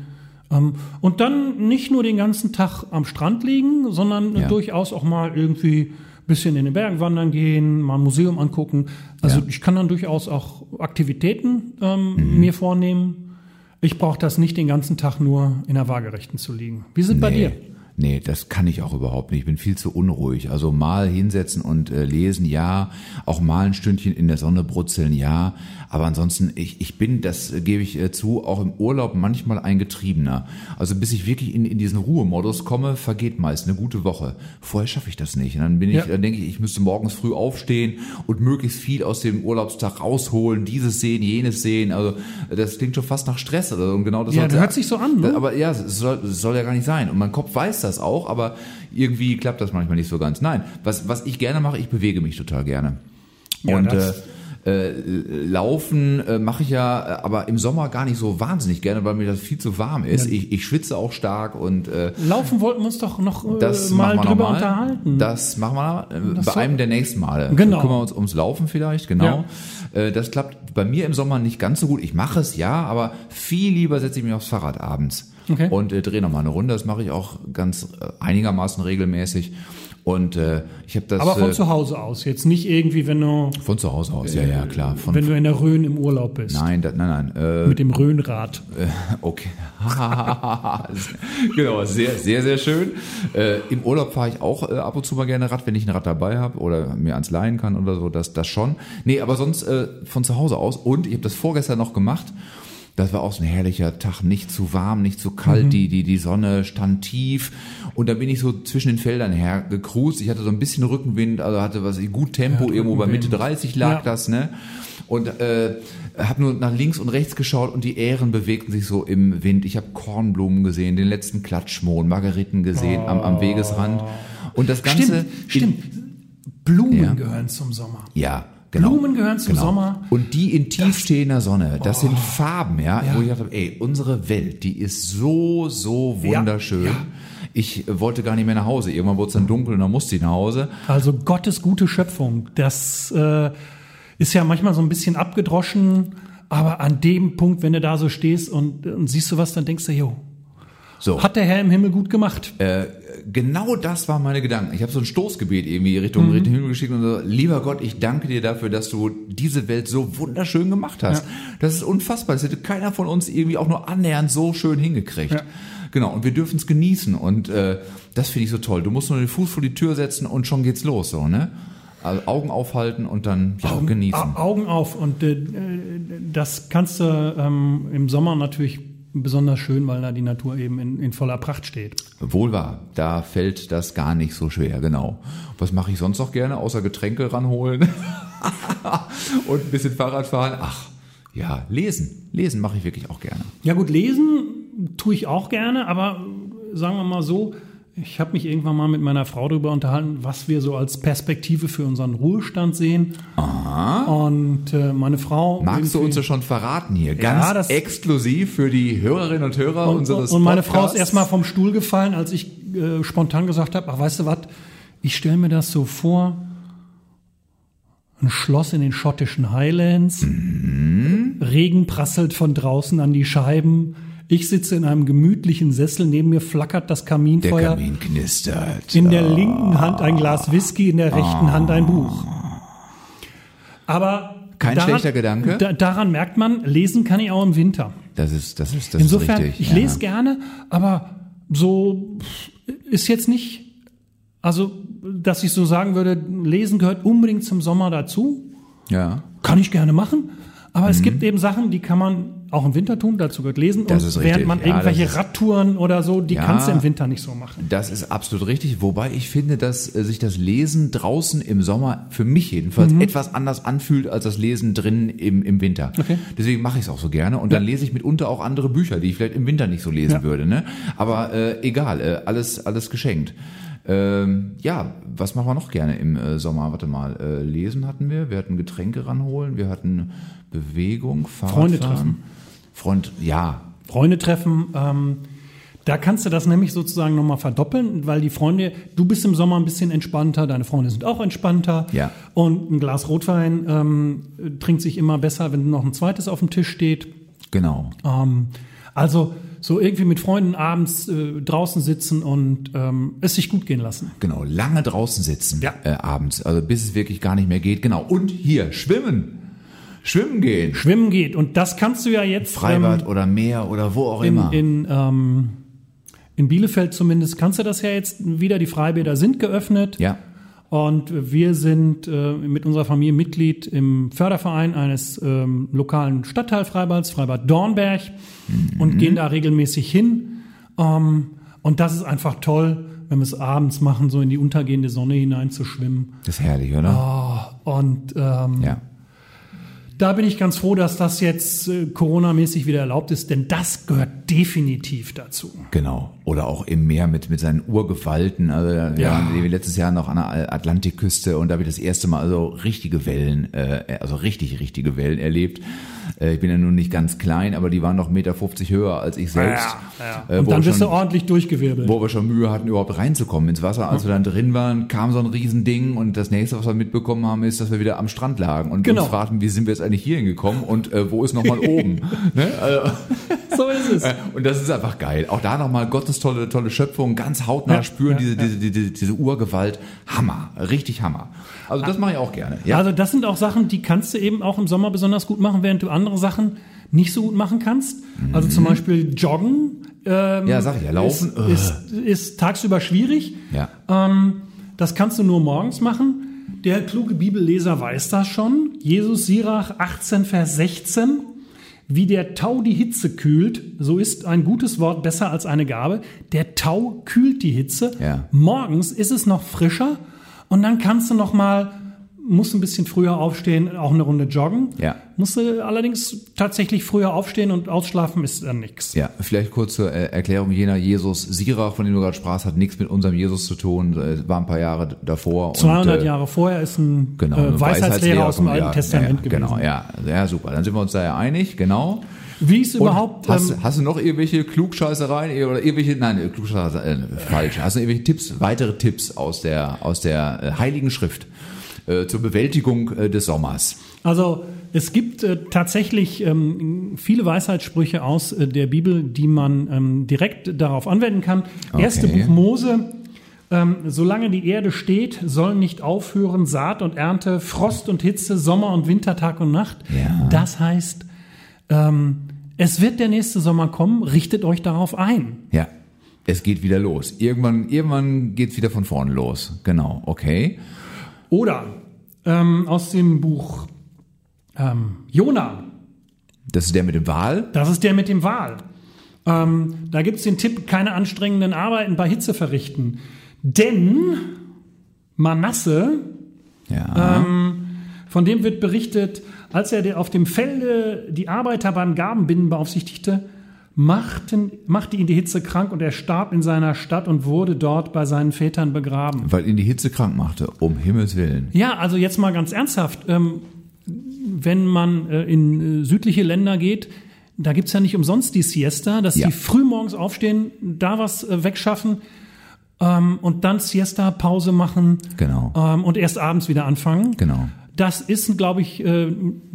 Ähm, und dann nicht nur den ganzen Tag am Strand liegen, sondern Ja. durchaus auch mal irgendwie ein bisschen in den Bergen wandern gehen, mal ein Museum angucken. Also Ja. Mhm. ich kann dann durchaus auch Aktivitäten ähm, mir vornehmen. Ich brauche das nicht den ganzen Tag nur in der Waagerechten zu liegen. Wie sind bei dir? Nee, das kann ich auch überhaupt nicht. Ich bin viel zu unruhig. Also mal hinsetzen und äh, lesen, ja. Auch mal ein Stündchen in der Sonne brutzeln, ja. Aber ansonsten, ich, ich bin, das äh, gebe ich äh, zu, auch im Urlaub manchmal ein Getriebener. Also bis ich wirklich in, in diesen Ruhemodus komme, vergeht meist eine gute Woche. Vorher schaffe ich das nicht. Und dann bin ich, Ja. dann denke ich, ich müsste morgens früh aufstehen und möglichst viel aus dem Urlaubstag rausholen, dieses sehen, jenes sehen. Also äh, das klingt schon fast nach Stress. Oder so. Und genau das Ja, sollte- das hört sich so an, ne? aber ja, es soll, es soll ja gar nicht sein. Und mein Kopf weiß das auch, aber irgendwie klappt das manchmal nicht so ganz. Nein, was, was ich gerne mache, ich bewege mich total gerne. Ja, und äh, das- äh, Laufen äh, mache ich ja, äh, aber im Sommer gar nicht so wahnsinnig gerne, weil mir das viel zu warm ist. Ich, ich schwitze auch stark und äh, Laufen wollten wir uns doch noch äh, das mal machen wir drüber nochmal. unterhalten. Das machen wir äh, bei Das soll- einem der nächsten Male. Genau. Da kümmern wir uns ums Laufen vielleicht, genau. Äh, Das klappt bei mir im Sommer nicht ganz so gut. Ich mache es ja, aber viel lieber setze ich mich aufs Fahrrad abends Okay. und äh, drehe nochmal eine Runde. Das mache ich auch ganz äh, einigermaßen regelmäßig. Und äh, ich habe das Aber von äh, zu Hause aus, jetzt nicht irgendwie, wenn du, von zu Hause aus, ja, ja, klar. Von, wenn du in der Rhön im Urlaub bist. nein, das, nein, nein. Äh, Mit dem Rhönrad. Okay. genau, sehr, sehr, sehr schön. Äh, Im Urlaub fahre ich auch äh, ab und zu mal gerne Rad, wenn ich ein Rad dabei habe oder mir ans leihen kann oder so, das, das schon. Nee, aber sonst äh, von zu Hause aus. Und ich habe das vorgestern noch gemacht. Das war auch so ein herrlicher Tag, nicht zu warm, nicht zu kalt, die, die, die Sonne stand tief und da bin ich so zwischen den Feldern hergecruist. Ich hatte so ein bisschen Rückenwind, also hatte was gut Tempo, irgendwo bei Mitte Rückenwind. 30 lag Ja. das, ne? Und äh, habe nur nach links und rechts geschaut und die Ähren bewegten sich so im Wind. Ich habe Kornblumen gesehen, den letzten Klatschmohn, Margeriten gesehen am, Oh. am Wegesrand. Und das Ganze. in- Blumen Ja. gehören zum Sommer. Ja, genau. Blumen gehören zum Sommer. Oh. Und die in tiefstehender Sonne, das sind Farben, ja, wo ich dachte, ey, unsere Welt, die ist so, so Ja, wunderschön. Ich äh, wollte gar nicht mehr nach Hause. Irgendwann wurde es dann dunkel und dann musste ich nach Hause. Also Gottes gute Schöpfung. Das äh, ist ja manchmal so ein bisschen abgedroschen, aber an dem Punkt, wenn du da so stehst und, und siehst du was, dann denkst du, jo, So. Äh. hat der Herr im Himmel gut gemacht. genau das waren meine Gedanken. Ich habe so ein Stoßgebet irgendwie Richtung, Richtung Himmel geschickt und so, lieber Gott, ich danke dir dafür, dass du diese Welt so wunderschön gemacht hast. Das ist unfassbar. Das hätte keiner von uns irgendwie auch nur annähernd so schön hingekriegt. Genau, und wir dürfen es genießen und äh, das finde ich so toll. Du musst nur den Fuß vor die Tür setzen und schon geht's los, so, ne? Also Augen aufhalten und dann ja, genießen. Au- Augen auf und äh, äh, das kannst du ähm, im Sommer natürlich besonders schön, weil da die Natur eben in, in voller Pracht steht. Wohl wahr, da fällt das gar nicht so schwer, genau. Was mache ich sonst noch gerne, außer Getränke ranholen und ein bisschen Fahrrad fahren? Ach, ja, lesen. Lesen mache ich wirklich auch gerne. Ja gut, lesen tue ich auch gerne, aber äh, sagen wir mal so, ich habe mich irgendwann mal mit meiner Frau darüber unterhalten, was wir so als Perspektive für unseren Ruhestand sehen. Aha. Und äh, meine Frau. Magst du irgendwie- uns das schon verraten hier? Ganz das- exklusiv für die Hörerinnen und Hörer und, unseres und meine Frau Podcasts. ist erstmal vom Stuhl gefallen, als ich äh, spontan gesagt habe, ach weißt du was, ich stelle mir das so vor, ein Schloss in den schottischen Highlands, Mhm. Regen prasselt von draußen an die Scheiben, ich sitze in einem gemütlichen Sessel, neben mir flackert das Der Kaminfeuer, Kamin Ah. knistert. in der linken Hand ein Glas Whisky, in der rechten Hand ein Buch. Aber Ah. Kein schlechter Gedanke. Da, daran merkt man, lesen kann ich auch im Winter. Das ist, das ist, das Insofern, ist richtig. ich ja. lese gerne, aber so ist jetzt nicht, also dass ich so sagen würde, Lesen gehört unbedingt zum Sommer dazu, Ja. kann ich gerne machen, aber es gibt eben Sachen, die kann man auch im Winter tun, dazu gehört Lesen Mhm. Das und ist während richtig, man ja, irgendwelche das ist- Radtouren oder so, die Ja. kannst du im Winter nicht so machen. Das ist absolut richtig, wobei ich finde, dass äh, sich das Lesen draußen im Sommer für mich jedenfalls Mhm. etwas anders anfühlt als das Lesen drinnen im, im Winter. Okay. Deswegen mache ich es auch so gerne und dann lese ich mitunter auch andere Bücher, die ich vielleicht im Winter nicht so lesen Ja. würde. Ne? Aber äh, egal, äh, alles alles geschenkt. Ähm, ja, was machen wir noch gerne im äh, Sommer? Warte mal, äh, lesen hatten wir, wir hatten Getränke ranholen, wir hatten Bewegung, Fahrradfahren. Freunde treffen. Freund, ja, Freunde treffen. Ähm, da kannst du das nämlich sozusagen nochmal verdoppeln, weil die Freunde, du bist im Sommer ein bisschen entspannter, deine Freunde sind auch entspannter. Ja. Und ein Glas Rotwein ähm, trinkt sich immer besser, wenn noch ein zweites auf dem Tisch steht. genau. Ähm, also so irgendwie mit Freunden abends äh, draußen sitzen und ähm, es sich gut gehen lassen. Genau, lange draußen sitzen Ja. äh, abends, also bis es wirklich gar nicht mehr geht. Genau. Und hier schwimmen. Schwimmen gehen. Schwimmen geht. Und das kannst du ja jetzt Freibad oder Meer oder wo auch ähm, immer. in, in, ähm, in Bielefeld zumindest, kannst du das ja jetzt wieder. Die Freibäder sind geöffnet. ja. Und wir sind äh, mit unserer Familie Mitglied im Förderverein eines ähm, lokalen Stadtteilfreibads, Freibad Dornberg, Mhm. und gehen da regelmäßig hin. Ähm, und das ist einfach toll, wenn wir es abends machen, so in die untergehende Sonne hinein zu schwimmen. Das ist herrlich, oder? Und ähm, Ja. da bin ich ganz froh, dass das jetzt äh, Corona-mäßig wieder erlaubt ist, denn das gehört definitiv dazu. Genau. Oder auch im Meer mit, mit seinen Urgewalten. Also, ja. Wir Ja. waren letztes Jahr noch an der Atlantikküste und da habe ich das erste Mal also richtige Wellen, äh, also richtig, richtige Wellen erlebt. Äh, ich bin ja nun nicht ganz klein, aber die waren noch 1,50 Meter höher als ich selbst. Äh, Und wo dann wir wirst schon- du ordentlich durchgewirbelt. wo wir schon Mühe hatten, überhaupt reinzukommen ins Wasser. Als wir dann drin waren, kam so ein Riesending und das nächste, was wir mitbekommen haben, ist, dass wir wieder am Strand lagen und Genau. uns fragten, wie sind wir jetzt eigentlich hier hingekommen und äh, wo ist nochmal oben? Ne? Also, So ist es. und das ist einfach geil. Auch da nochmal Gottes tolle, tolle Schöpfung, ganz hautnah Ja, spüren, ja, diese, ja. Diese, diese, diese Urgewalt. Hammer, richtig Hammer. Also das mache ich auch gerne. Ja, Also das sind auch Sachen, die kannst du eben auch im Sommer besonders gut machen, während du andere Sachen nicht so gut machen kannst. Also zum Beispiel Joggen. Ähm, Ja, sag ich Mhm. ja, Laufen, äh. Ist, ist, ist tagsüber schwierig. ja. Ähm, das kannst du nur morgens machen. Der kluge Bibelleser weiß das schon. Jesus Sirach 18, Vers 16. Wie der Tau die Hitze kühlt, so ist ein gutes Wort besser als eine Gabe. Der Tau kühlt die Hitze. Ja. Morgens ist es noch frischer und dann kannst du noch mal musst ein bisschen früher aufstehen, auch eine Runde joggen. Ja. Musst du allerdings tatsächlich früher aufstehen und ausschlafen ist dann nix. Ja, vielleicht kurz zur äh, Erklärung jener Jesus Sirach, von dem du gerade sprachst, hat nichts mit unserem Jesus zu tun, äh, war ein paar Jahre davor. 200 und, äh, Jahre vorher ist ein Genau, äh, eine Weisheitslehrer, aus dem vom- Alten ja, Testament ja, gewesen. Genau, ja, ja, super. Dann sind wir uns da ja einig, genau. Wie ist Und überhaupt. Hast, ähm, hast du noch irgendwelche Klugscheißereien eh, oder irgendwelche? Nein, Klugscheißereien äh, falsch. Hast du irgendwelche Tipps, weitere Tipps aus der aus der äh, Heiligen Schrift äh, zur Bewältigung äh, des Sommers? also, es gibt äh, tatsächlich ähm, viele Weisheitssprüche aus äh, der Bibel, die man ähm, direkt darauf anwenden kann. Erste Buch Mose. Ähm, solange die Erde steht, sollen nicht aufhören Saat und Ernte, Frost und Hitze, Sommer und Winter, Tag und Nacht. Ja. Das heißt, ähm, es wird der nächste Sommer kommen, richtet euch darauf ein. Ja, es geht wieder los. Irgendwann irgendwann geht's wieder von vorne los. Genau, okay. Oder ähm, aus dem Buch ähm, Jona, Das ist der mit dem Wal. das ist der mit dem Wal. Ähm, da gibt es den Tipp, keine anstrengenden Arbeiten bei Hitze verrichten. Denn Manasse, Ja. Ähm. von dem wird berichtet, als er auf dem Felde die Arbeiter beim Gabenbinden beaufsichtigte, machten, machte ihn die Hitze krank und er starb in seiner Stadt und wurde dort bei seinen Vätern begraben. weil ihn die Hitze krank machte. Um Himmels willen. Ja, also jetzt mal ganz ernsthaft, ähm, wenn man äh, in äh, südliche Länder geht, da gibt's ja nicht umsonst die Siesta, dass Ja. die früh morgens aufstehen, da was äh, wegschaffen ähm, und dann Siesta, Pause machen Genau. ähm, und erst abends wieder anfangen. Genau. Das ist, glaube ich, äh,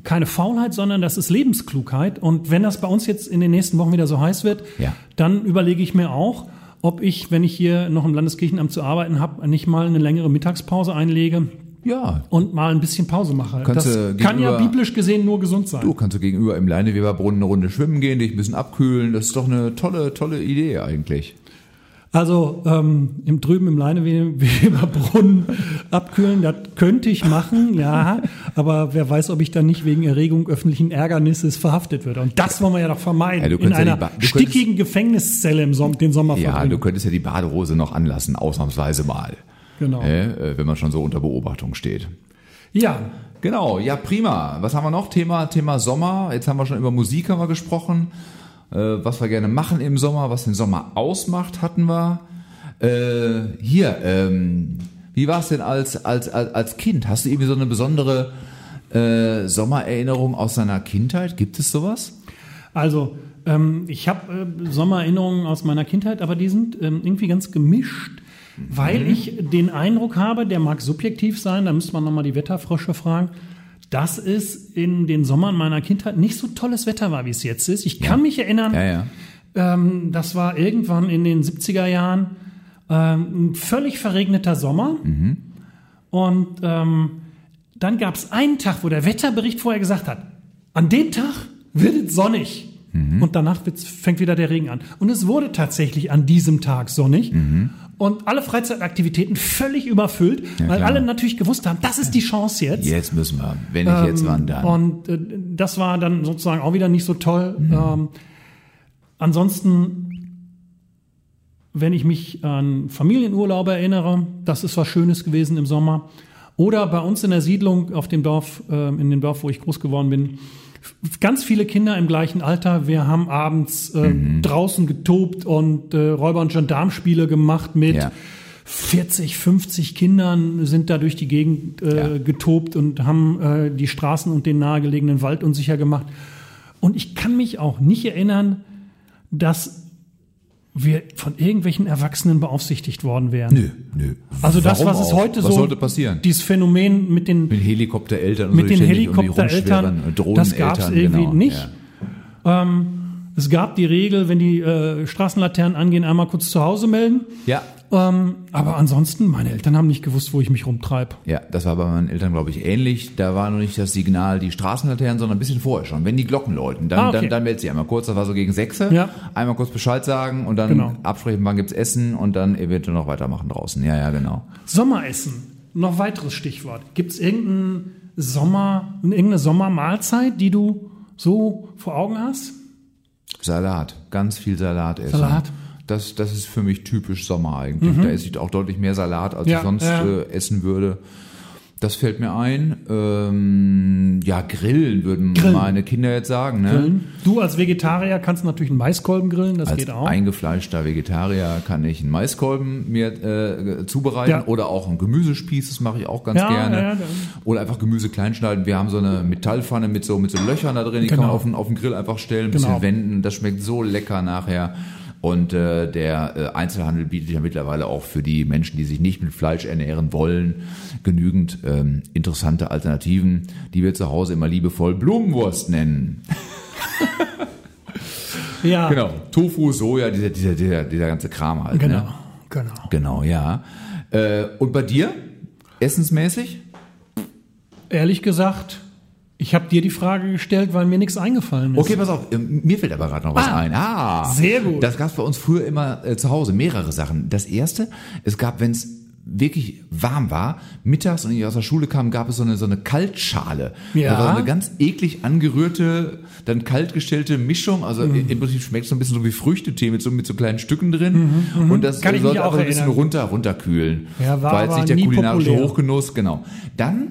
keine Faulheit, sondern das ist Lebensklugheit. Und wenn das bei uns jetzt in den nächsten Wochen wieder so heiß wird, Ja. dann überlege ich mir auch, ob ich, wenn ich hier noch im Landeskirchenamt zu arbeiten habe, nicht mal eine längere Mittagspause einlege Ja, und mal ein bisschen Pause mache. Kannst das du kann ja gegenüber- biblisch gesehen nur gesund sein. Du kannst du gegenüber im Leineweberbrunnen eine Runde schwimmen gehen, dich ein bisschen abkühlen. Das ist doch eine tolle, tolle Idee eigentlich. Also ähm, im drüben im Leineweberbrunnen abkühlen, das könnte ich machen, ja. Aber wer weiß, ob ich dann nicht wegen Erregung öffentlichen Ärgernisses verhaftet würde. Und das wollen wir ja doch vermeiden. Ja, du in könntest ja einer die Ba- du stickigen Gefängniszelle im Sommer, den Sommer Ja, du verbringen. könntest ja die Badehose noch anlassen, ausnahmsweise mal. Genau. Äh, äh, wenn man schon so unter Beobachtung steht. Ja, Genau, ja prima. Was haben wir noch? Thema, Thema Sommer. Jetzt haben wir schon über Musik haben wir gesprochen. Äh, was wir gerne machen im Sommer, was den Sommer ausmacht, hatten wir. Äh, hier, ähm, wie war es denn als, als, als, als Kind? Hast du irgendwie so eine besondere äh, Sommererinnerung aus deiner Kindheit? Gibt es sowas? Also, ähm, ich habe äh, Sommererinnerungen aus meiner Kindheit, aber die sind ähm, irgendwie ganz gemischt, weil Mhm. ich den Eindruck habe, der mag subjektiv sein, da müsste man nochmal die Wetterfrösche fragen, dass es in den Sommern meiner Kindheit nicht so tolles Wetter war, wie es jetzt ist. Ich kann mich erinnern, ja. ähm, das war irgendwann in den 70er Jahren ähm, ein völlig verregneter Sommer. Und ähm, dann gab es einen Tag, wo der Wetterbericht vorher gesagt hat, an dem Tag wird es sonnig. Und danach wird's, fängt wieder der Regen an. Und es wurde tatsächlich an diesem Tag sonnig. Und alle Freizeitaktivitäten völlig überfüllt, weil klar. alle natürlich gewusst haben, das ist die Chance jetzt. Jetzt müssen wir, wenn ich jetzt wandern. Ähm, Und äh, das war dann sozusagen auch wieder nicht so toll. Ähm, ansonsten, wenn ich mich an Familienurlaube erinnere, das ist was Schönes gewesen im Sommer. Oder bei uns in der Siedlung auf dem Dorf, ähm, in dem Dorf, wo ich groß geworden bin, f- ganz viele Kinder im gleichen Alter. Wir haben abends äh, Mhm. draußen getobt und äh, Räuber- und Gendarmspiele gemacht mit Ja. 40, 50 Kindern sind da durch die Gegend äh, Ja. getobt und haben äh, die Straßen und den nahegelegenen Wald unsicher gemacht. Und ich kann mich auch nicht erinnern, dass wir von irgendwelchen Erwachsenen beaufsichtigt worden wären. Nö, nö. Also das, Warum was ist auch? heute was so, sollte passieren? dieses Phänomen mit den mit Helikoptereltern und mit so, den um die ständig irgendwie Helikoptereltern, rumschwirren, Drohneneltern, das gab es irgendwie genau, nicht. Ja. Ähm, es gab die Regel, wenn die äh, Straßenlaternen angehen, einmal kurz zu Hause melden. Ja. Ähm, aber ansonsten, meine Eltern haben nicht gewusst, wo ich mich rumtreibe. Ja, das war bei meinen Eltern, glaube ich, ähnlich. Da war noch nicht das Signal die Straßenlaternen, sondern ein bisschen vorher schon. Wenn die Glocken läuten, dann, Ah, okay. dann, dann meldet sie einmal kurz, das war so gegen Sechse. Ja. Einmal kurz Bescheid sagen und dann Genau. absprechen, wann gibt's Essen und dann eventuell noch weitermachen draußen. Ja, ja, genau. Sommeressen, noch weiteres Stichwort. Gibt es irgendeinen Sommer, irgendeine Sommermahlzeit, die du so vor Augen hast? Salat, ganz viel Salat essen. Salat. Mhm. Das, das ist für mich typisch Sommer eigentlich. Da esse ich auch deutlich mehr Salat, als Ja, ich sonst ja. äh, essen würde. Das fällt mir ein. Ähm, ja, grillen würden Grillen. meine Kinder jetzt sagen. Ne? Grillen. Du als Vegetarier kannst natürlich einen Maiskolben grillen, das Als geht auch. eingefleischter Vegetarier kann ich einen Maiskolben mir äh, zubereiten Ja. oder auch einen Gemüsespieß, das mache ich auch ganz Ja, gerne. ja, ja. Oder einfach Gemüse kleinschneiden. Wir haben so eine Metallpfanne mit so, mit so Löchern da drin, die kann Genau. man auf den, auf den Grill einfach stellen, ein Genau. bisschen wenden. Das schmeckt so lecker nachher. Und äh, der äh, Einzelhandel bietet ja mittlerweile auch für die Menschen, die sich nicht mit Fleisch ernähren wollen, genügend ähm, interessante Alternativen, die wir zu Hause immer liebevoll Blumenwurst nennen. Ja, Genau. Tofu, Soja, dieser, dieser, dieser, dieser ganze Kram halt. Genau, Ne? genau. Genau, ja. Äh, und bei dir? Essensmäßig? Ehrlich gesagt, ich habe dir die Frage gestellt, weil mir nichts eingefallen ist. Okay, pass auf, ähm, mir fällt aber gerade noch was Ah, ein. Ah, sehr gut. Das gab es bei uns früher immer äh, zu Hause, mehrere Sachen. Das erste, es gab, wenn es wirklich warm war, mittags und ich aus der Schule kam, gab es so eine, so eine Kaltschale. Ja. Da war so eine ganz eklig angerührte, dann kaltgestellte Mischung. Also Mhm. im Prinzip schmeckt es so ein bisschen so wie Früchtetee mit so, mit so kleinen Stücken drin. und das Mhm, Kann ich mich sollte auch aber ein bisschen erinnern. runter, runterkühlen. Ja, war War jetzt aber nicht der nie kulinarische populär. Hochgenuss, genau. Dann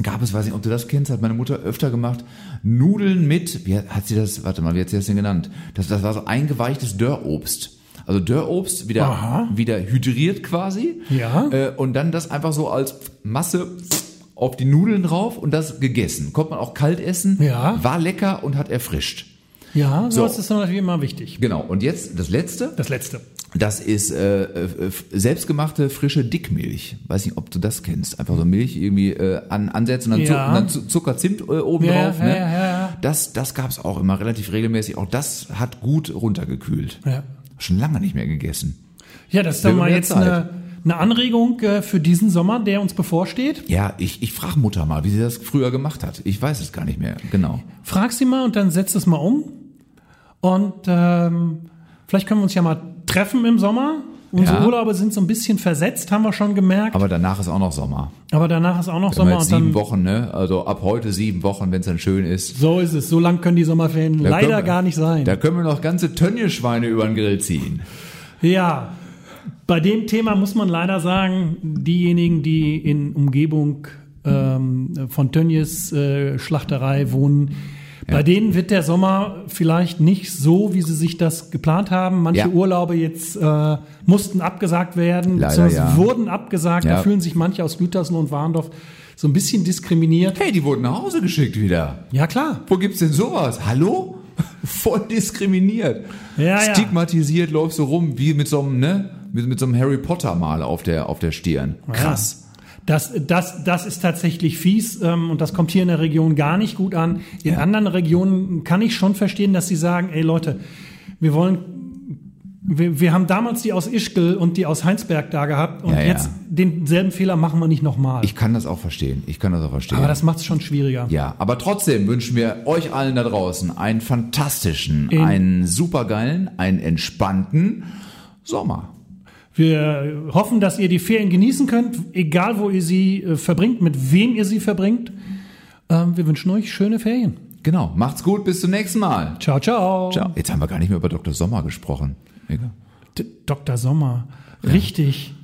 gab es, weiß nicht, ob du das kennst, hat meine Mutter öfter gemacht, Nudeln mit, wie hat hat sie das, warte mal, wie hat sie das denn genannt? Das, das war so eingeweichtes Dörrobst. Also Dörrobst, wieder, Aha. wieder hydriert quasi. Ja. Äh, und dann das einfach so als Masse auf die Nudeln drauf und das gegessen. Konnte man auch kalt essen, Ja. war lecker und hat erfrischt. Ja, sowas So. ist natürlich immer wichtig. Genau, und jetzt das Letzte. Das letzte. Das ist äh, äh, f- selbstgemachte frische Dickmilch. Weiß nicht, ob du das kennst. Einfach so Milch irgendwie äh, an, ansetzen und dann, Ja. Zu, und dann Zu- Zucker, Zimt äh, oben Ja, drauf. ja, ne? ja, ja. Das, das gab's auch immer relativ regelmäßig. Auch das hat gut runtergekühlt. Ja. Schon lange nicht mehr gegessen. Ja, das ist doch Wäre mal mehr jetzt Zeit. eine, eine Anregung äh, für diesen Sommer, der uns bevorsteht. Ja, ich, ich frage Mutter mal, wie sie das früher gemacht hat. Ich weiß es gar nicht mehr. Genau. Frag sie mal und dann setzt es mal um. Und ähm, vielleicht können wir uns ja mal treffen im Sommer. Unsere Ja. Urlaube sind so ein bisschen versetzt, haben wir schon gemerkt. Aber, Aber danach ist auch noch Sommer. danach ist auch noch Wir haben Sommer. jetzt Und dann, sieben Wochen, ne? Also ab heute sieben Wochen, wenn's dann schön ist. so ist es. So lang können die Sommerferien Da leider können wir- gar nicht sein. Da können wir noch ganze Tönneschweine über den Grill ziehen. Ja, bei dem Thema muss man leider sagen, diejenigen, die in Umgebung ähm, von Tönnies äh, Schlachterei wohnen, Bei denen wird der Sommer vielleicht nicht so, wie sie sich das geplant haben. Manche Ja. Urlaube jetzt äh, mussten abgesagt werden, Leider, beziehungsweise ja. wurden abgesagt. Da Ja. fühlen sich manche aus Lütersen und Warndorf so ein bisschen diskriminiert. Hey, die wurden nach Hause geschickt wieder. Ja, klar. Wo gibt's denn sowas? Hallo? Voll diskriminiert. Ja, ja. Stigmatisiert läufst du rum, wie mit so einem, ne? Mit, mit so einem Harry Potter mal auf der, auf der Stirn. Krass. Das, das, das ist tatsächlich fies ähm, und das kommt hier in der Region gar nicht gut an. In anderen Regionen kann ich schon verstehen, dass sie sagen, ey Leute, wir wollen, wir, wir haben damals die aus Ischgl und die aus Heinsberg da gehabt und Ja, ja. jetzt denselben Fehler machen wir nicht nochmal. Ich kann das auch verstehen. Ich kann das auch verstehen. Aber das macht es schon schwieriger. ja, aber trotzdem wünschen wir euch allen da draußen einen fantastischen, In- einen supergeilen, einen entspannten Sommer. Wir hoffen, dass ihr die Ferien genießen könnt, egal wo ihr sie äh, verbringt, mit wem ihr sie verbringt. Ähm, wir wünschen euch schöne Ferien. Genau. Macht's gut, bis zum nächsten Mal. Ciao, ciao. Ciao. Jetzt haben wir gar nicht mehr über Dr. Sommer gesprochen. Egal. D Dr. Sommer. Richtig.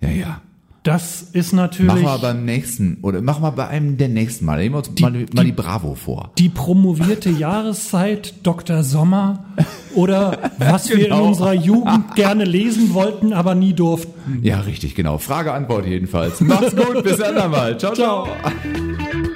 Ja, ja. Das ist natürlich Machen wir beim nächsten oder machen wir bei einem der nächsten Mal. Nehmen wir uns mal, mal die Bravo vor. die promovierte Jahreszeit Dr. Sommer oder was wir in Genau. unserer Jugend gerne lesen wollten, aber nie durften. Mhm. Ja, richtig, genau. Frage, Antwort jedenfalls. Macht's gut, bis dann einmal. Ciao, ciao. Ciao.